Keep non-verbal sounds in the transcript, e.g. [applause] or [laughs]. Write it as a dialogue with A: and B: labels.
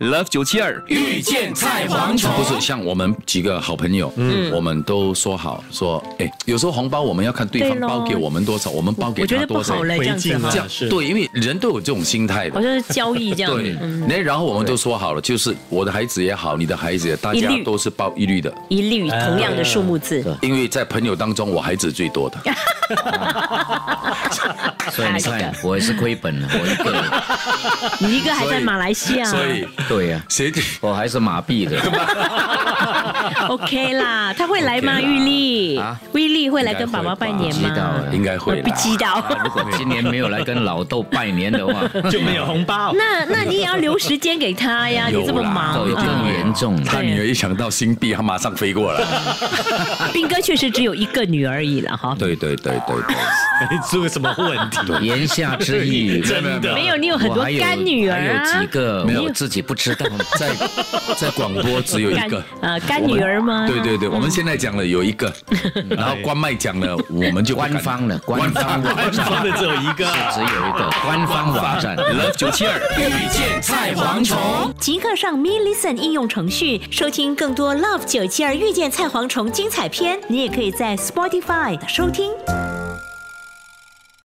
A: Love 九七二
B: 遇见菜蝗虫
C: 不是像我们几个好朋友，嗯，我们都说好说，哎，有时候红包我们要看对方
D: 对咯
C: 包给我们多少，我们包给
D: 我觉
C: 他
D: 得不
C: 多少
D: 好，嘞，这样子
B: 回
D: 哈
C: 这
B: 敬，
C: 样
B: 啊是
C: 对，因为人都有这种心态
D: 好
C: 的。
D: 像是交易这样。
C: 对
D: 嗯，
C: 那然后我们都说好了，就是我的孩子也好，你的孩子也，大
D: 一
C: 家
D: 律
C: 都是包一律的，
D: 一律同样的数目字，
C: 因为在朋友当中我孩子最多
D: [laughs]
C: 的。
D: 啊
E: 所以你
D: 哎这
E: 看
D: 个，
E: 我也是亏本了， [laughs] 我一个人，
D: 你一个还在马来西亚，
C: 所以
E: 对呀、
C: 谁
E: 我还是麻痹的，
D: [laughs] OK 啦，他会来吗？
E: OK 啦
D: 玉丽
E: 啊，
D: 玉丽会来跟爸爸拜年
E: 应该会
C: 应该会
D: 吗呃
E: 吧不知道？
D: 不
C: 啦。
D: 知道。 [laughs]
E: 如果今年没有来跟老豆拜年的话，
B: [laughs] 就没有红包。
D: 那那你也要留时间给他呀，
C: 有啦
D: 你这么忙
E: 都已经
D: 啊。
E: 严重了。
C: 他女儿一想到新币，他马上飞过
D: 嗯
C: 来。
D: 斌哥确实只有一个女儿而已了哈。
C: 对对对对对。
B: [laughs] 你出什么问题？
E: 言下之意，
B: 真的
D: 没有，你有很
E: 我
D: 多
E: 还有
D: 干女儿
E: 还有
D: 啊
E: 几。个
C: 没有
E: 我自己不知道。
C: 在在广播只有一
D: 干
C: 个
D: 呃干女儿吗嗯
C: 我们对对对，我们现在讲了有一
D: [laughs]
C: 个，然后关麦讲了，我们就不敢
E: 官方的，官方的
B: 官方的只有一
E: [laughs]
B: 个。啊
E: 只有一个官方
C: [laughs]
E: 网站。
C: Love 九七二
B: 遇见菜蝗虫，
F: 即刻上 Me Listen 应用程序收听更多 Love 972遇见菜蝗虫精彩片。你也可以在 Spotify 收听。